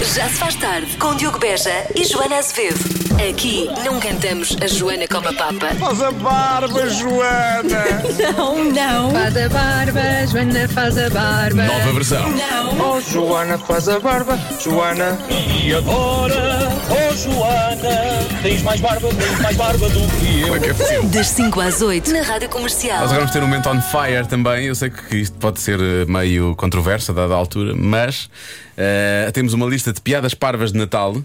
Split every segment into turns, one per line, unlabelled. Já se faz tarde com Diogo Beja e Joana Azevedo. Aqui não cantamos a Joana como a Papa.
Faz a barba, Joana!
Não, não,
Faz a barba, Joana faz a barba.
Nova versão.
não.
Oh, Joana, faz a barba, Joana!
E agora, oh Joana, tens mais barba, muito mais barba do que eu.
Como é que é possível?
Das 5 às 8 na Rádio
Nós
Comercial.
agora vamos ter um momento on fire também. Eu sei que isto pode ser eh, meio controverso a dada a altura, mas eh, temos uma lista de piadas parvas de Natal.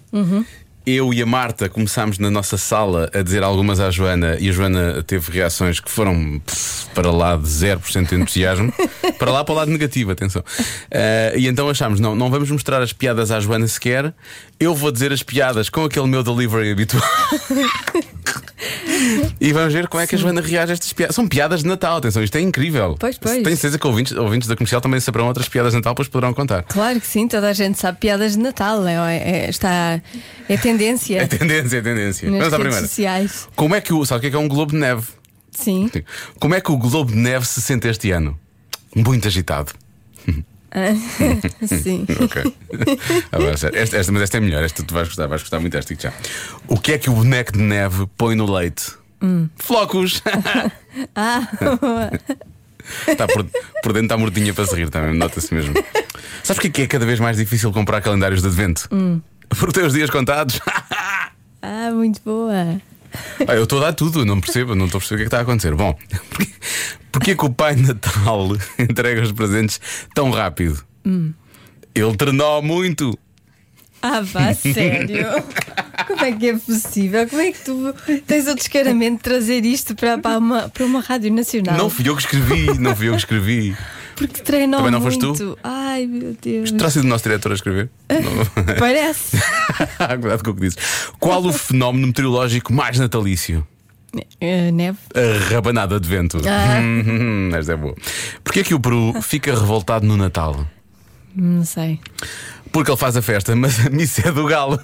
Eu e a Marta começámos na nossa sala a dizer algumas à Joana e a Joana teve reações que foram pff, para lá de 0% de entusiasmo, para lá para o lado negativo, atenção. Eh, e então achámos: não, não vamos mostrar as piadas à Joana sequer, eu vou dizer as piadas com aquele meu delivery habitual. E vamos ver como é que a Joana reage a estas piadas. São piadas de Natal, atenção, isto é incrível.
Pois, pois.
Tenho certeza que ouvintes, ouvintes da comercial também saberão outras piadas de Natal, pois poderão contar.
Claro que sim, toda a gente sabe piadas de Natal, é, é- está, é tendência
É tendência, é tendência.
nas
vamos à
redes
primeira.
sociais.
Como é que o. Sabe o que é que é um Globo de Neve?
Sim.
Sim. Como é que o Globo de Neve se sente este ano? Muito agitado.
Ah, sim.
Ok. Agora, sério, esta, esta- mas esta é melhor, esta tu vais gostar, vais gostar muito desta. digo Já. O que é que o boneco de neve põe no leite?
Hum.
Flocos!
Ah,
Está Tá por, por dentro está mordinha para se rir também, nota-se mesmo. Sabes o que é que é cada vez mais difícil comprar calendários de advento? Por ter os dias contados.
ah, muito boa.
Ah, eu estou a dar tudo, não percebo, não estou a perceber o que é que está a acontecer. Bom, porquê, porquê que o Pai Natal entrega os presentes tão rápido? Ele trenó muito.
Ah, vá, sério. Como é que é possível? Como é que tu tens o descaramento de trazer isto para, para, uma, para uma rádio nacional?
Não fui eu que escrevi, não fui eu que escrevi.
Porque treinou
Também não foste
muito.
tu?
Ai, meu Deus.
Terá sido o nosso diretor a escrever? Não.
Parece.
Cuidado com o que dizes. Qual o fenómeno meteorológico mais natalício?
Eh, neve.
A rabanada de vento.
Ah,
Hum, Esta é boa. Porquê que o Peru fica revoltado no Natal?
Não sei.
Porque ele faz a festa, mas a missa é do galo.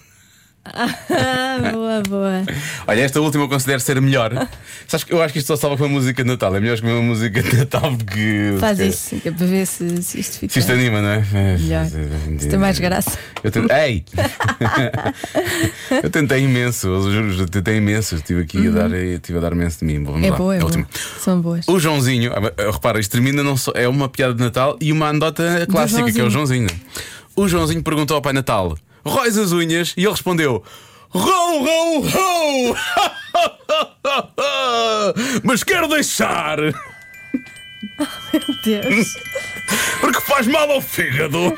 Ah, boa, boa.
Olha, esta última eu considero ser a melhor. Sabes que eu acho que isto só salva com a música de Natal. É melhor escolher uma música de Natal porque.
Faz
porque-
isso, que é para ver se, se isto fica
Se isto anima, não é?
melhor. Isto tem mais graça.
Eu tentei... Ei! eu tentei imenso, eu juro, eu tentei imenso. Estive aqui a dar, eh, estive a dar imenso de mim. Bom, vamos
Uhum. É
lá.
boa, é
a última.
boa. São boas.
O Joãozinho, ah, ah, repara, isto termina, não só, é uma piada de Natal e uma anedota clássica, que é o Joãozinho. O Joãozinho perguntou ao Pai Natal: Róis as unhas? E ele respondeu: Rou, rou, rou! Mas quero deixar,
Deus.
porque faz mal ao fígado.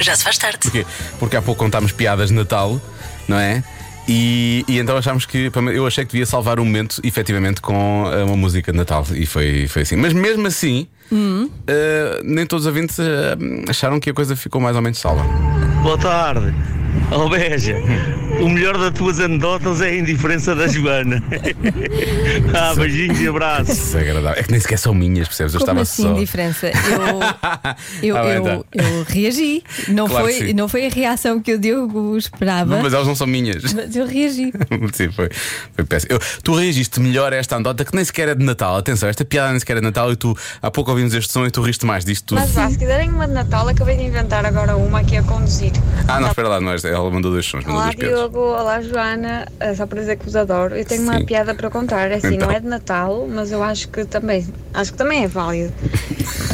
Já se faz tarde.
Porquê? Porque há pouco contámos piadas de Natal, não é? E, e então achámos que. pelo menos, Eu achei que devia salvar o momento, efetivamente, com ah, uma música de Natal. E foi, foi assim. Mas mesmo assim, ah, nem todos os ouvintes ah, acharam que a coisa ficou mais ou menos salva.
Boa tarde. Oh, Beja, o melhor das tuas anedotas é a indiferença da Joana. ah, beijinhos e abraços.
Desagradável. É que nem sequer são minhas, percebes? Eu
Como
estava
assim,
só.
diferença? Eu, eu,
Ah, bem,
eu,
tá.
eu reagi. Não,
Claro que
foi,
sim.
não foi a reação que o Diogo esperava,
Mas elas não são minhas.
mas eu reagi.
Sim, foi, foi péssimo. Eu- tu reagiste melhor a esta anedota que nem sequer é de Natal. Atenção, esta piada nem sequer é de Natal e tu há pouco ouvimos este som e tu riste mais disto tudo.
Mas vá, se quiserem uma de Natal, acabei de inventar agora uma que é conduzir.
Ah, não, espera lá, não, esta- ela mandou dois sons, mandou
Olá
duas piadas.
Diogo, olá Joana, Ah, só para dizer que vos adoro. Eu tenho
Sim.
uma piada para contar, É assim,
Então.
não é de Natal, mas eu acho que também, acho que também é válido.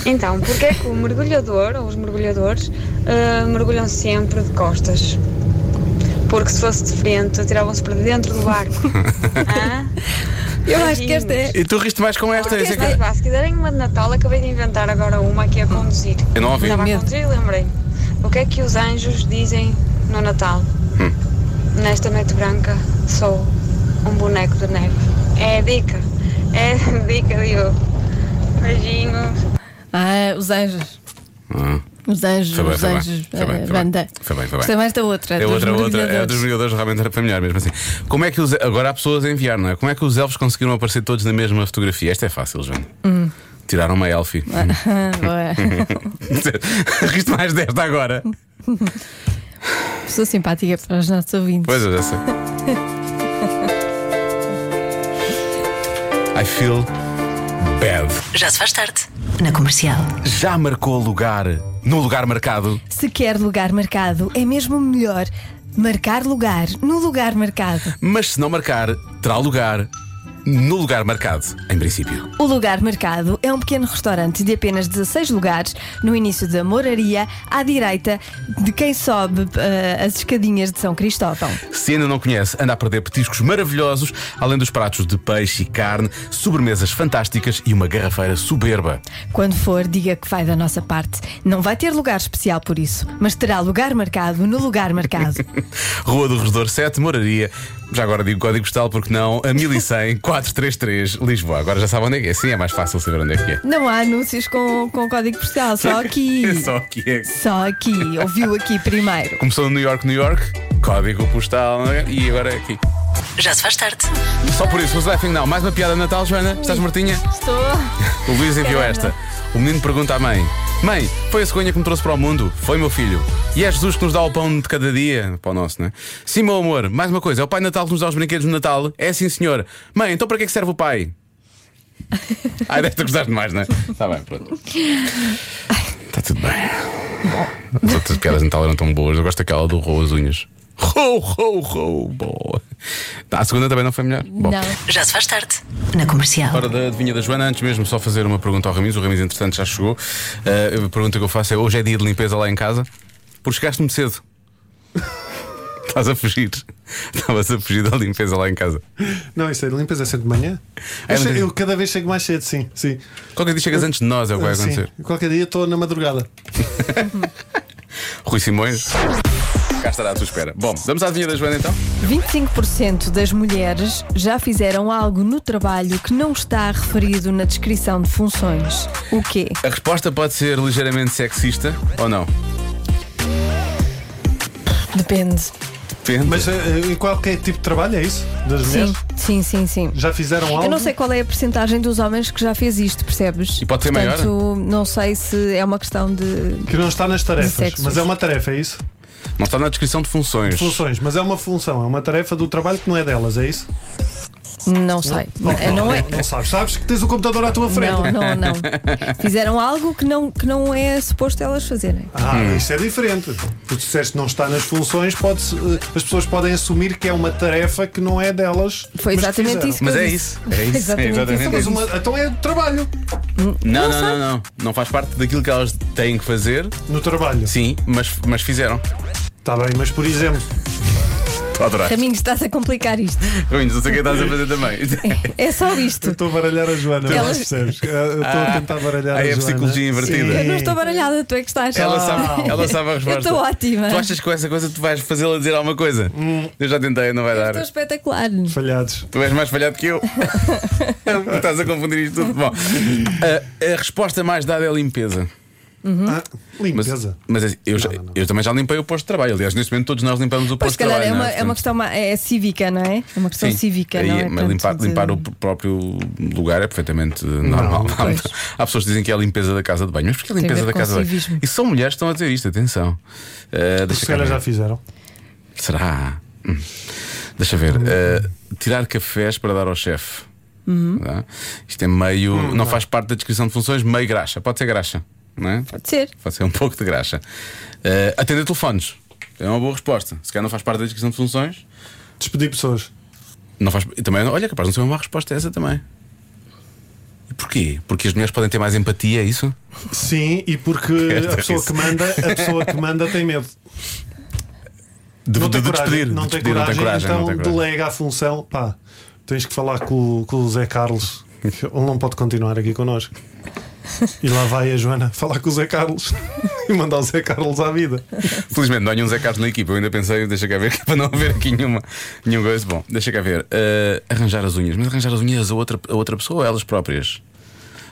Então, porque é que o mergulhador, ou os mergulhadores, ah, mergulham sempre de costas? Porque se fosse de frente, atiravam-se para dentro do barco. Hã?
Eu acho que esta é.
E tu riste mais com esta? isso é que-
Mas vá, se quiserem uma de Natal, acabei de inventar agora uma que é conduzir.
Eu não ouvi.
Estava a conduzir e lembrei. O que é que os anjos dizem no Natal?
Hum.
Nesta noite branca sou um boneco de neve. É a dica. É a dica, Diogo. Beijinhos.
Ah, os anjos.
Ah,
Os anjos,
Foi bem,
os
foi bem,
anjos.
foi bem, foi
eh,
bem.
banda.
Foi bem, foi bem.
Gostei mais da outra.
É
dos
outra, outra. É dos
mergulhadores.
jogadores realmente era para melhor, mesmo assim. Como é que os. Agora há pessoas a enviar, não é? Como é que os elfos conseguiram aparecer todos na mesma fotografia? Esta é fácil, Joana. Tiraram uma elfie.
Boa.
Riste mais desta agora.
Pessoa simpática para os nossos ouvintes.
Pois é, essa. I feel bad.
Já se faz tarde. Na comercial.
Já marcou lugar no lugar marcado.
Se quer lugar marcado, é mesmo melhor marcar lugar no lugar marcado.
Mas se não marcar, terá lugar no lugar marcado, em princípio.
O Lugar Mercado é um pequeno restaurante de apenas 16 lugares, no início da Moraria, à direita de quem sobe eh, as escadinhas de São Cristóvão.
Se ainda não conhece, anda a perder petiscos maravilhosos, além dos pratos de peixe e carne, sobremesas fantásticas e uma garrafeira soberba.
Quando for, diga que vai da nossa parte. Não vai ter lugar especial por isso, mas terá lugar marcado no lugar marcado.
Rua do Regedor 7, moraria. Já agora digo código postal porque não, a 1100 433 Lisboa. Agora já sabem onde é que é. Sim, é mais fácil saber onde é que é.
Não há anúncios com, com código postal, só aqui.
É só aqui é.
Só aqui, ouviu aqui primeiro.
Começou no New York, New York, código postal não é? e agora é aqui.
Já se faz tarde.
Só por isso, Who's Laughing Now. Mais uma piada de Natal, Joana? Estás mortinha?
Estou.
O Luís enviou
Caramba.
esta. O menino pergunta à mãe: Mãe, foi a cegonha que me trouxe para o mundo? Foi meu filho. E é Jesus que nos dá o pão de cada dia? Pão nosso, né? Sim, meu amor, mais uma coisa: é o Pai Natal que nos dá os brinquedos no Natal? É sim, senhor. Mãe, então para que é que serve o Pai? Ai, deve-te gostar demais, não é? Está bem, pronto. Está tudo bem. As outras piadas de Natal eram tão boas. Eu gosto daquela do Rô as unhas. Rou, rou, rou. Boa. A segunda também não foi melhor. Bom.
Não.
Já se faz tarde. Na comercial.
Hora da adivinha da Joana, antes mesmo só fazer uma pergunta ao Ramiz, o Ramiz entretanto já chegou. Uh, a pergunta que eu faço é: hoje é dia de limpeza lá em casa? Porque chegaste-me cedo. Estás a fugir. Estavas a fugir da limpeza lá em casa.
Não, isso é de limpeza, é cedo de manhã.
É,
eu, che-
mas-
eu cada vez chego mais cedo, sim. sim. Ah,
Qualquer dia chegas antes de nós, é o que vai
Sim.
acontecer.
Qualquer dia estou na madrugada.
Rui Simões, cá estará à tua espera. Bom, vamos à adivinha da Joana então?
25% das mulheres já fizeram algo no trabalho que não está referido na descrição de funções. O quê?
A resposta pode ser ligeiramente sexista ou não?
Depende.
Depende.
Mas eh, em qualquer tipo de trabalho é isso? Das mulheres?
Sim, sim, sim, sim.
Já fizeram algo?
Eu não sei qual é a percentagem dos homens que já fez isto, percebes?
E pode ser maior?
Portanto, não sei se é uma questão de.
Que não está nas
De
tarefas,
sexos.
mas é uma tarefa, é isso?
Não está na descrição de funções.
Funções, mas é uma função, é uma tarefa do trabalho que não é delas, é isso?
Não sei. É, Não, é.
Não sabes, sabes que tens o computador à tua frente.
Não, não, não. Fizeram algo que não, que não é suposto elas fazerem.
Ah, isso é diferente. Tu disseste não está nas funções, pode as pessoas podem assumir que é uma tarefa que não é delas.
Foi
mas que
exatamente
fizeram.
isso que
Mas
eu
é
disse.
isso, é isso, é
Exatamente,
exatamente
que eu
Mas
isso.
disse.
uma- então é trabalho.
Não, não, não, não. Não faz parte daquilo que elas têm que fazer.
No trabalho.
Sim, mas, mas fizeram.
Está bem, mas por exemplo,
Estou a adorar.
Caminhos, estás a complicar isto.
Ruins, não sei o que estás a fazer também.
É só
eu
isto.
estou a baralhar a Joana,
Ela-
mas percebes? Eu estou a tentar baralhar
Ah,
a
é a
Joana.
psicologia invertida.
Sim.
Eu não estou baralhada, tu é que estás.
Ela sabe, ela sabe a resposta.
Eu estou ótima. Hum.
Tu achas que com essa coisa tu vais fazê-la dizer alguma coisa? Eu já tentei, não vai
Eu
dar.
Estou espetacular.
Falhados.
Tu és mais falhado que eu. Estás a confundir isto tudo. Bom, a, a resposta mais dada é limpeza.
Ah,
Mas,
limpeza.
mas assim, eu, já-
Não, não.
eu também já limpei o posto de trabalho. Aliás, neste momento todos nós limpamos o posto
Pois,
de
se calhar
trabalho.
é
não
uma,
é?
é uma
Portanto,
questão ma- é cívica, não é? É uma questão
sim.
cívica,
Aí,
não é?
mas
Tanto
limpar,
de-
limpar o pr- próprio lugar é perfeitamente normal.
pois.
Há pessoas que dizem que é a limpeza da casa de banho. Mas porquê a
Tem a
limpeza
ver
da
com
casa de
civismo.
banho? E são mulheres que estão a dizer isto, atenção. Uh,
Se calhar já fizeram.
Será? Hum. Deixa ver.
Hum.
Uh, tirar cafés para dar ao chefe.
Uhum.
Tá? Isto é
Hum,
meio. não, faz parte da descrição de funções, meio graxa. Pode ser graxa, não é?
Pode ser.
Pode ser um pouco de graxa. Uh, atender telefones. É uma boa resposta. Se calhar não faz parte da descrição de funções.
Despedir pessoas.
Não faz... e Também, olha, capaz, não ser uma má resposta essa também. E porquê? Porque as mulheres podem ter mais empatia, é isso?
Sim, e porque a pessoa que manda, a pessoa que manda tem medo.
De,
não tem
de
coragem,
despedir.
não,
de
tem
despedir,
coragem, então
não tem coragem.
delega a função. Pá, tens que falar com, o- com o Zé Carlos. que Ele não pode continuar aqui connosco. E lá vai a Joana falar com o Zé Carlos e mandar o Zé Carlos à vida.
Felizmente não há nenhum Zé Carlos na equipa. Eu ainda pensei, deixa cá ver, que é para não haver aqui nenhuma, nenhum gosto. Bom, deixa cá ver. Eh, arranjar as unhas. Mas arranjar as unhas a outra, a outra pessoa ou a elas próprias?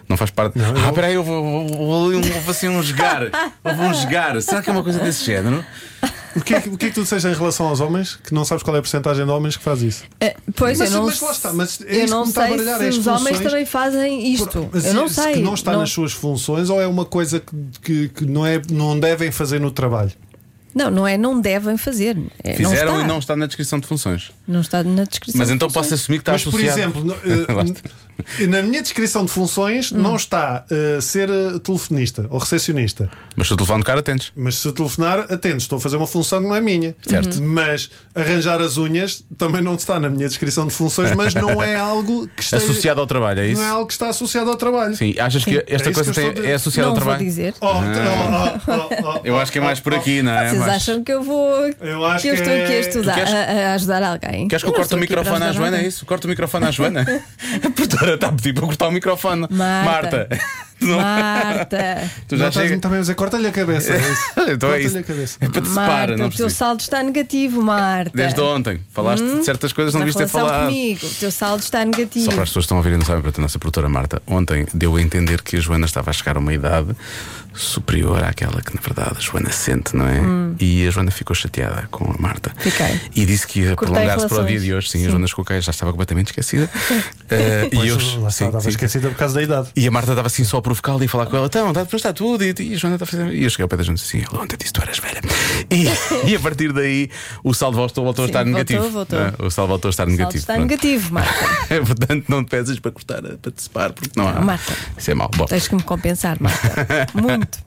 Não faz parte.
Não,
ah,
eu-
espera aí, eu vou, vou, vou, ali um- vou fazer um jogar. Eu vou um jogar. Será que é uma coisa desse género?
O que, é, que- o que é que tu dizes em relação aos homens? Que não sabes qual é a porcentagem de homens que faz isso?
Eh, Pois
Mas-
eu não,
mas lá está, mas é
eu
isso
não
que me está a
sei
baralhar,
se
é as
os homens
funções.
também fazem isto.
Mas
eu não
se-
sei.
Que não está nas suas funções ou é uma coisa que, que, que não, é, não devem fazer no trabalho?
Não, não é não devem fazer. É,
Fizeram
não está.
e não está na descrição de funções.
Não está na descrição.
Mas
de
então
funções.
posso assumir que está
Mas, por
associado.
exemplo, no- eh,
Lá está.
na minha descrição de funções
Hum.
não está eh, ser eh, telefonista ou recepcionista.
Mas se o telefone tocar, atendes.
Mas se eu telefonar, atendo, estou a fazer uma função que não é minha.
Certo.
Mas arranjar as unhas também não está na minha descrição de funções, mas não é algo que esteja
Associado ao trabalho, é isso?
Não é algo que está associado ao trabalho.
Sim, achas que esta
isso
coisa
que
tem-
eu estou a
é
dizer.
associada ao
não vou
trabalho?
dizer.
Oh, oh, oh, oh, oh,
Eu acho que é mais por
oh,
aqui, não é?
Vocês
Mais-
acham que eu vou.
Eu acho
que eu
que
estou aqui a
é-
estudar,
Tu queres-
a, a ajudar alguém.
Queres que eu
não
corte
estou
o
aqui para
microfone à
ajudar
Joana? É
alguém.
isso? Corta o microfone à Joana. A produtora está a pedir para eu cortar o microfone.
Marta.
Tu não-
Marta, então
Tu
oh. Não
já
estás-me
chega.
também a dizer, corta-lhe a cabeça. é isso.
Então é
Corta-lhe
isso.
a cabeça.
É para te separa,
Marta,
não
o teu
percebi.
saldo está negativo, Marta.
Desde ontem. Falaste de certas coisas que não
Na
devias ter
relação
falado.
comigo, o teu saldo está
Só
negativo.
para as pessoas que estão a ouvir e não sabem, para a nossa produtora Marta, ontem deu a entender que a Joana estava a chegar a uma idade superior àquela que, na verdade, a Joana sente, não é? E a Joana ficou chateada com a Marta.
Hum. Fiquei.
E disse que ia
Cortei
prolongar-se para o dia
relações.
de hoje. Sim, a Joana chegou cá e já estava completamente esquecida. Eh, e
Pois,
eu.
lá está,
sim,
Estava
sim.
esquecida por causa da idade.
E a Marta estava assim só a provocá-la e a falar com ela, então, está, depois está tudo. E, e a Joana está a fazer. E eu cheguei ao pé da Joana e disse assim: ela ontem disse que tu eras velha. E, e a partir daí o saldo voltou, voltou a
Sim,
estar
voltou,
negativo.
voltou.
não é? O saldo voltou a estar
O saldo
negativo. é?
está
pronto.
negativo, Marta.
É, Portanto, não te peças para cortar, para te separar, porque não há.
Marta.
Isso é mau. Bom,
Tens que me compensar, Marta. Muito.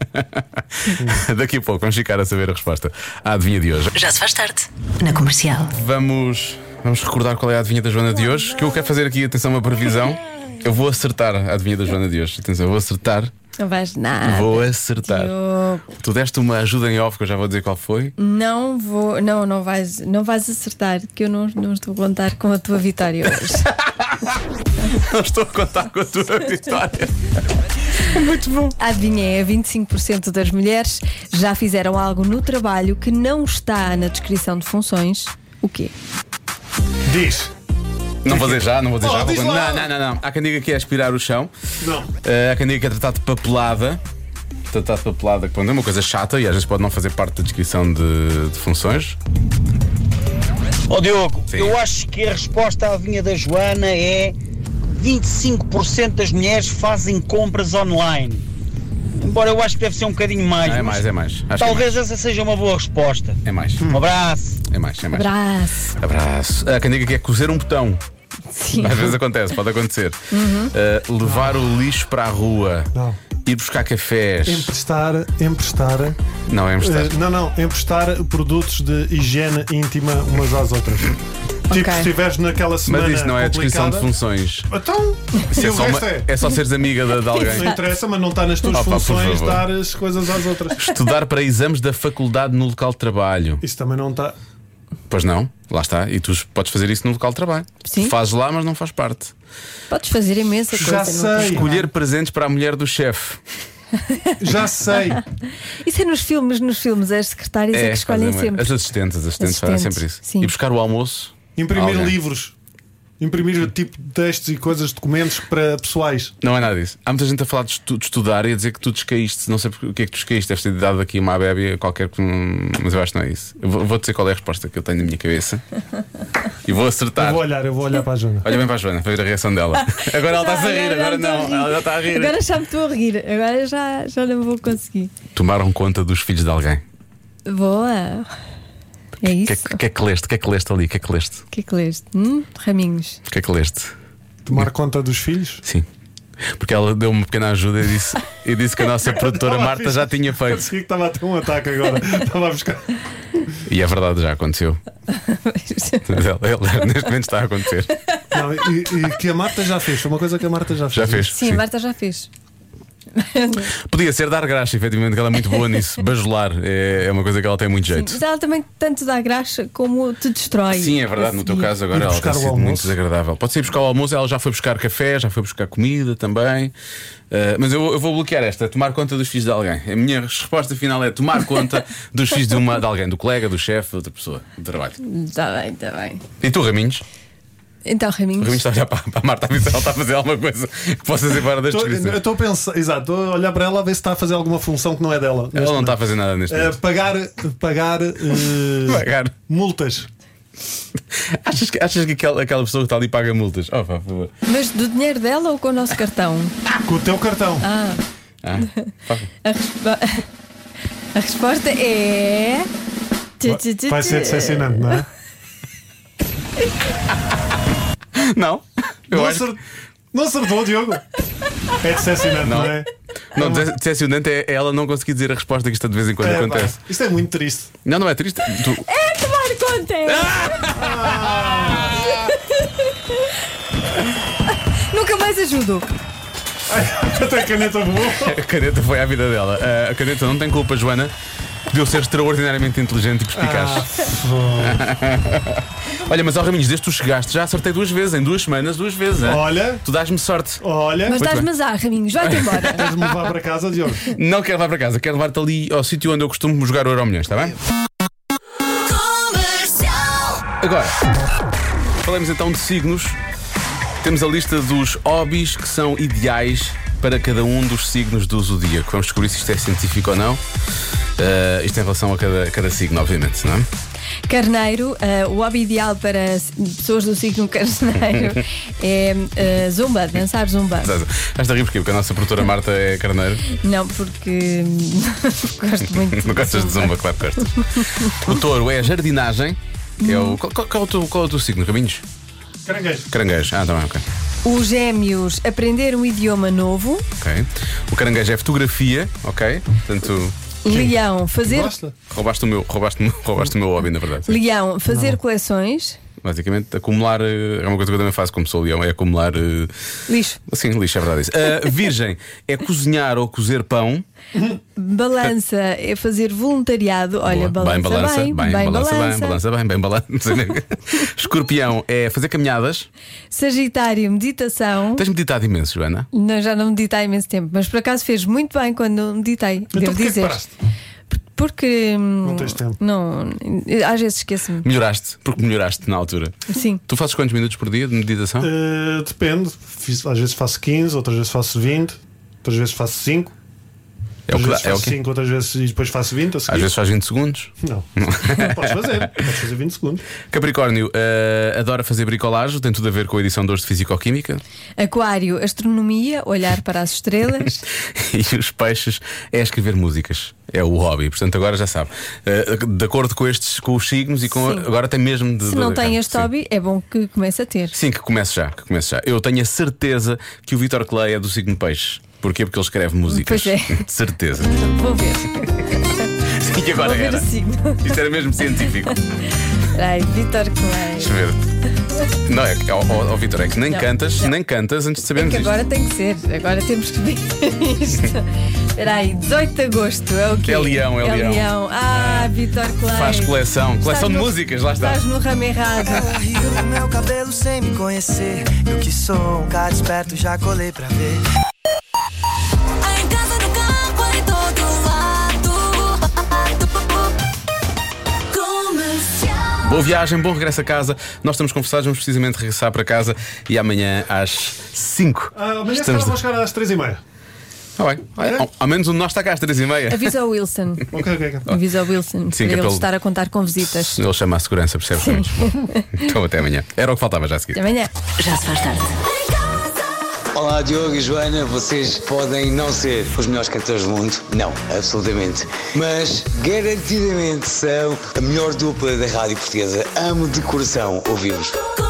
daqui a pouco vamos ficar a saber a resposta à adivinha de hoje.
Já se faz tarde. Na comercial.
Vamos, vamos recordar qual é a adivinha da Joana de hoje. Que eu quero fazer aqui, atenção, uma previsão. Eu vou acertar a adivinha da Joana de hoje. Atenção, eu vou acertar.
Não vais nada.
Vou acertar.
Diogo.
Tu deste uma ajuda em off, que eu já vou dizer qual foi.
Hum. Não vou, não, não vais, não vais acertar, que eu não, não estou a contar com a tua vitória hoje.
Não estou a contar com a tua vitória.
Adivinha, é 25% das mulheres já fizeram algo no trabalho que não está na descrição de funções. O quê?
Diz.
Não vou dizer já, não vou dizer
Oh,
já. vou
diz
con-
lá.
Não, não, não, não. Há quem diga que é aspirar o chão.
Não.
Eh, há quem diga que é tratar de papelada. Tratar de papelada, que pronto, é uma coisa chata e às vezes pode não fazer parte da descrição de, de funções.
Ó Diogo,
Sim.
eu acho que a resposta à vinha da Joana é 25% das mulheres fazem compras online. Embora eu acho que deve ser um bocadinho mais.
Ah, é
mas
mais, é mais. Acho
Talvez essa seja uma boa resposta.
que é mais.
Um abraço.
É mais, é mais. É mais.
Braço.
Abraço. Há quem diga que é cozer um botão.
Sim.
Às vezes acontece, pode acontecer. Eh, levar o lixo para a rua.
Não.
Ir buscar cafés.
Emprestar, emprestar.
Não, é mostrar.
eh, não, não, emprestar produtos de higiene íntima umas às outras. Tipo,
Ok.
se estiveres naquela semana.
Mas isso não é a descrição de
complicada,
funções.
Então,
Isso
e
é
o
só,
resto
uma-
é.
é só seres amiga de, de
Não
alguém.
interessa, mas não está nas tuas
Opa, por
funções
favor.
dar as coisas às outras.
Estudar para exames da faculdade no local de trabalho.
Isso também não tá- está.
Pois não, lá está. E tu podes fazer isso no local de trabalho.
Sim. É
Fazes lá, mas não faz parte.
Podes fazer imensa coisa.
Já
no teu
sei.
trabalho.
Colher presentes para a mulher do chefe.
Já sei.
Isso é nos filmes, nos filmes, as secretárias é, que escolhem
fazem-
sempre.
As assistentes, as assistentes fazem
Assistentes,
sempre isso.
sim.
E buscar o almoço.
Imprimir
Alguém.
livros. Imprimir tipo de textos e coisas, documentos para pessoais.
Não é nada disso. Há muita gente a falar de, estu- de estudar e a dizer que tu descaíste. Não sei porque- o que é que tu descaíste. Deves ter dado aqui uma abébia qualquer. que não- Mas eu acho que não é isso. Eu vou, vou dizer qual é a resposta que eu tenho na minha cabeça. E vou acertar.
Eu vou olhar, eu vou olhar para a Jana.
Olha bem para a Joana, para ver a reação dela. Agora ela está a
Tá,
rir, agora
já me
não.
estou a
Ela já está a rir.
Agora já me estou a rir, agora já, já não vou conseguir.
Tomaram conta dos filhos de alguém.
Boa!
O
É
que, é
isso?
que- o que é que leste? O que é que leste ali? O que é que leste?
O que é que leste? Hum? Raminhos.
O que é que leste?
Tomar conta dos filhos.
Sim. Porque ela deu-me uma pequena ajuda e disse, e disse que a nossa produtora
Estava a
Marta
fixe.
já tinha feito.
Parecia que estava a ter um ataque agora. Estava a buscar.
E é verdade, já aconteceu. Mas ela- ela- neste momento está a acontecer.
Não, e, e que a Marta já fez. Foi uma coisa que a Marta já fez.
Já fez?
Sim, a Marta já fez.
Podia ser dar graxa, efetivamente, que ela é muito boa nisso. Bajular é, é uma coisa que ela tem muito jeito.
Mas ela também tanto dá graxa como te destrói.
Sim, é verdade.
a
No teu
seguir.
caso, agora ela
buscar
tem
o
sido
almoço.
muito desagradável. Pode ser ir buscar o almoço, ela já foi buscar café, já foi buscar comida também. Uh, mas eu, eu vou bloquear esta: tomar conta dos filhos de alguém. A minha resposta final é tomar conta dos filhos de, uma, de alguém, do colega, do chefe, de outra pessoa, do trabalho.
Está Tá bem, está bem.
E tu, Raminhos?
Então,
O
Raminhos.
Raminhos está a olhar para, para a Marta a ver se ela está a fazer alguma coisa que possa ser fora das
Estou- Eu
descrições.
estou a pensar, exato, estou a olhar para ela a ver se está a fazer alguma função que não é dela.
Ela não está a fazer nada neste
Eh,
momento.
pagar pagar, eh,
Pagar.
multas.
Achas que, achas que aquela, aquela pessoa que está ali paga multas? Oh, pá, por favor.
Mas do dinheiro dela ou com o nosso cartão?
Com o teu cartão.
Ah,
A, respo- a resposta é. Tchu, tchu, tchu,
Vai ser
tchu.
decepcionante, não é?
Não. Eu
Não,
acho-
acer- não acertou, Diogo. É decepcionante, não,
Não.
é?
Não, dece- decepcionante é ela não conseguir dizer a resposta que isto de vez em quando
É, pá,
acontece.
isto é muito triste.
Não, não é triste. Tu-
É tomar conta! Nunca mais ajudo.
Até a caneta voou.
A caneta foi à vida dela. Ah, a caneta não tem culpa, Joana, de eu ser extraordinariamente inteligente e perspicaz. Olha, mas ao Raminhos, desde que tu chegaste, já acertei duas vezes, em duas semanas, duas vezes. é?
Olha,
Tu dás-me sorte.
olha.
Mas
Muito
estás-me a Raminhos, vai-te embora.
Tens de me levar para casa, Diogo.
Não quero levar para casa, quero levar-te ali ao sítio onde eu costumo jogar o Euro Milhões, está bem? Agora, falamos então de signos. Temos a lista dos hobbies que são ideais para cada um dos signos do zodíaco. Vamos descobrir se isto é científico ou não. Ah, isto em relação a cada, a cada signo, obviamente, não é?
Carneiro, eh, o hobby ideal para s- pessoas do signo carneiro é eh, zumba, dançar zumba.
Estás a rir porquê? Porque a nossa produtora Marta é carneiro.
Não, porque hum, gosto muito.
Não gostas de zumba, claro que gostas. O touro é a jardinagem. É o, qual, qual- qual é o teu, qual é o teu signo? Caminhos?
Caranguejo.
Caranguejo. Ah, tá bem, ok.
Os gêmeos, aprender um idioma novo.
Ok. O caranguejo é fotografia, ok? Portanto,
Leão, fazer,
Gosta?
roubaste o meu, roubaste, o meu- roubaste o meu hobby, na verdade.
leão, fazer coleções.
Basicamente, acumular eh, é uma coisa que eu também faço como sou leão, é acumular. eh,
Lixo.
Assim, lixo, é verdade isso. Ah, virgem é cozinhar ou cozer pão.
Balança é fazer voluntariado. Olha,
Boa.
balança,
bem,
bem,
balança, bem,
balança.
balança bem, bem, balança. Escorpião é fazer caminhadas.
Sagitário, meditação.
Tens meditado imenso, Joana.
Não, já não meditei há imenso tempo, mas por acaso fez muito bem quando meditei,
Então
devo
Então porquê é que
dizer.
paraste?
Porque. Não
tens tempo.
Não, às vezes esqueço-me.
Melhoraste, porque melhoraste na altura.
Sim.
Tu fazes quantos minutos por dia de meditação?
Eh, depende. Fiz- às vezes faço 15, outras vezes faço 20, outras vezes faço 5.
É o
Às
que dá,
vezes
é o
faço
que.
5, outras vezes e depois faço 20 a seguir.
Às vezes faz 20 segundos.
Não. Não podes fazer. Podes fazer 20 segundos.
Capricórnio eh, adora fazer bricolagem, tem tudo a ver com a edição de hoje de Fisicoquímica.
Aquário, astronomia, olhar para as estrelas.
E os peixes é escrever músicas. É o hobby, portanto agora já sabe. Eh, de acordo com estes, com os signos e com.
Sim.
Agora tem mesmo de.
Se não
de-
tem este
Sim.
hobby, é bom que comece a ter.
Sim, que comece já, que comece já. Eu tenho a certeza que o Vitor Clay é do signo peixe. Porquê? Porque ele escreve músicas.
Pois é.
De certeza.
Vou ver,
E agora
vou ver
era.
o signo.
Isto era mesmo científico.
Ai, Vitor
Deixa
Klein.
eu ver. Não, é que, ó, ó, ó, Vitor, é que nem
Não,
cantas,
não.
nem cantas antes de
É
sabermos
que
isto.
agora tem que ser, agora temos que ver isto. Espera aí, 18 de agosto é o quê?
É leão, é leão. É.
Ah, Vitor Klein.
Faz coleção, coleção
Estás
de
no-
músicas, lá está.
Estás no ramo errado.
Rio no meu cabelo sem me conhecer. Eu que sou um cara esperto, já colei pra ver.
Em casa, no campo, em todo lado. Comercial.
Boa viagem, bom regresso a casa. Nós estamos conversados, vamos precisamente regressar para casa e amanhã às 5.
Ah, amanhã se calhar
estamos.
vou chegar às 3h30.
Tá bem.
É?
Ao, ao menos um de nós está cá às 3 e meia.
Avisa o Wilson.
Ok, ok. ok.
Avisa o
Sim,
Wilson
que é
para ele
pelo-
estar a contar com visitas.
Ele chama a segurança, percebes? Então até amanhã. Era o que faltava já a seguir.
Até amanhã.
Já se faz tarde.
Olá Diogo e Joana, vocês podem não ser os melhores cantores do mundo, não, absolutamente, mas garantidamente são a melhor dupla da rádio portuguesa. Amo de coração ouvi-vos.
Comercial.